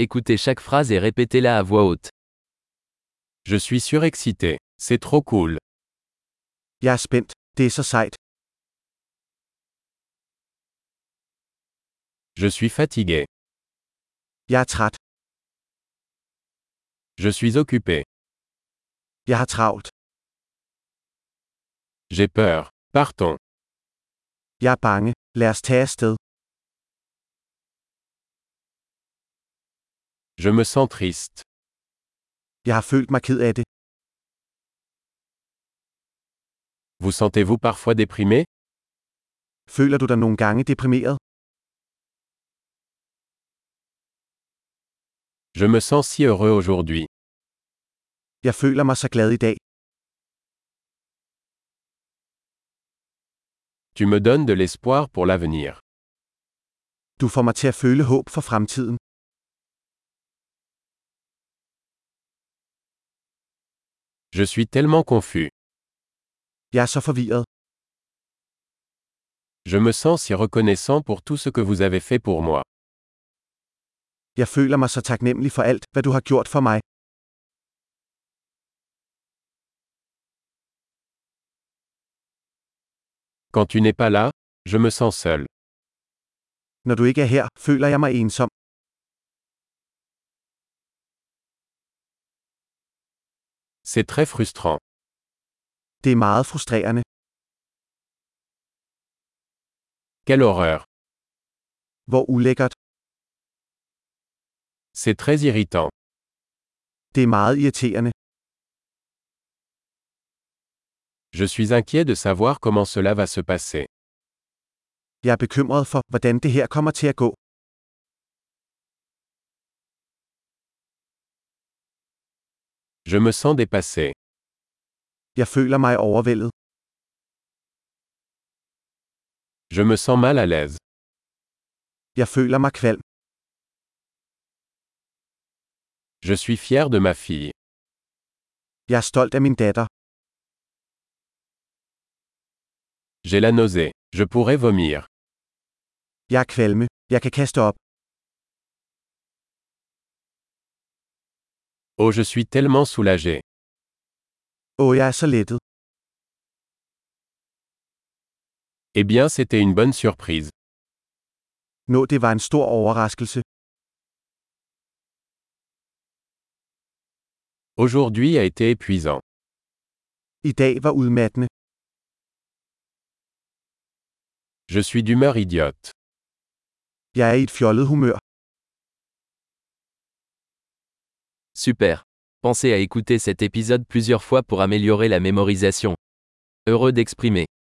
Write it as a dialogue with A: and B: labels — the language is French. A: Écoutez chaque phrase et répétez-la à voix haute.
B: Je suis surexcité. C'est trop cool.
C: Jeg er spændt. Det er så sejt.
B: Je suis fatigué.
C: Jeg er træt.
B: Je suis occupé.
C: Jeg har travlt.
B: J'ai peur. Partons.
C: Jeg er bange. Lad os tage afsted.
B: Je me sens triste.
C: Jeg har følt mig ked af det.
B: Vous sentez-vous parfois déprimé
C: Føler du dig nogle gange deprimeret?
B: Je me sens si heureux aujourd'hui.
C: Jeg føler mig så glad i dag.
B: Tu me donnes de l'espoir pour l'avenir.
C: Du får mig til at føle håb for fremtiden.
B: Je suis tellement confus.
C: Jeg er så forvirret.
B: Je me sens si reconnaissant pour tout ce que vous avez fait pour moi.
C: Jeg føler mig så taknemmelig for alt, hvad du har gjort for mig.
B: Quand tu n'es pas là, je me sens seul.
C: Når du ikke er her, føler jeg mig ensom.
B: C'est très frustrant.
C: Det er meget frustrerende.
B: Quelle horreur.
C: Hvor ulækkert.
B: C'est très irritant.
C: Det er meget irriterende.
B: Je suis inquiet de savoir comment cela va se passer.
C: Jeg er bekymret for, hvordan det her kommer til at gå.
B: Je me sens dépassé.
C: Jeg føler mig overvældet.
B: Je me sens mal à l'aise.
C: Jeg føler mig kvalm.
B: Je suis fier de ma fille.
C: Jeg er stolt af min datter.
B: J'ai la nausée. Je pourrais vomir.
C: Jeg er kvalme. Jeg kan kaste op.
B: Oh, je suis tellement soulagé.
C: Åh, jeg er så lettet.
B: Eh bien, c'était une bonne surprise.
C: Nå, det var en stor overraskelse.
B: Aujourd'hui a été épuisant.
C: I dag var udmattende.
B: Je suis d'humeur idiote.
C: Jeg er i et fjollet humør.
A: Super. Pensez à écouter cet épisode plusieurs fois pour améliorer la mémorisation. Heureux d'exprimer.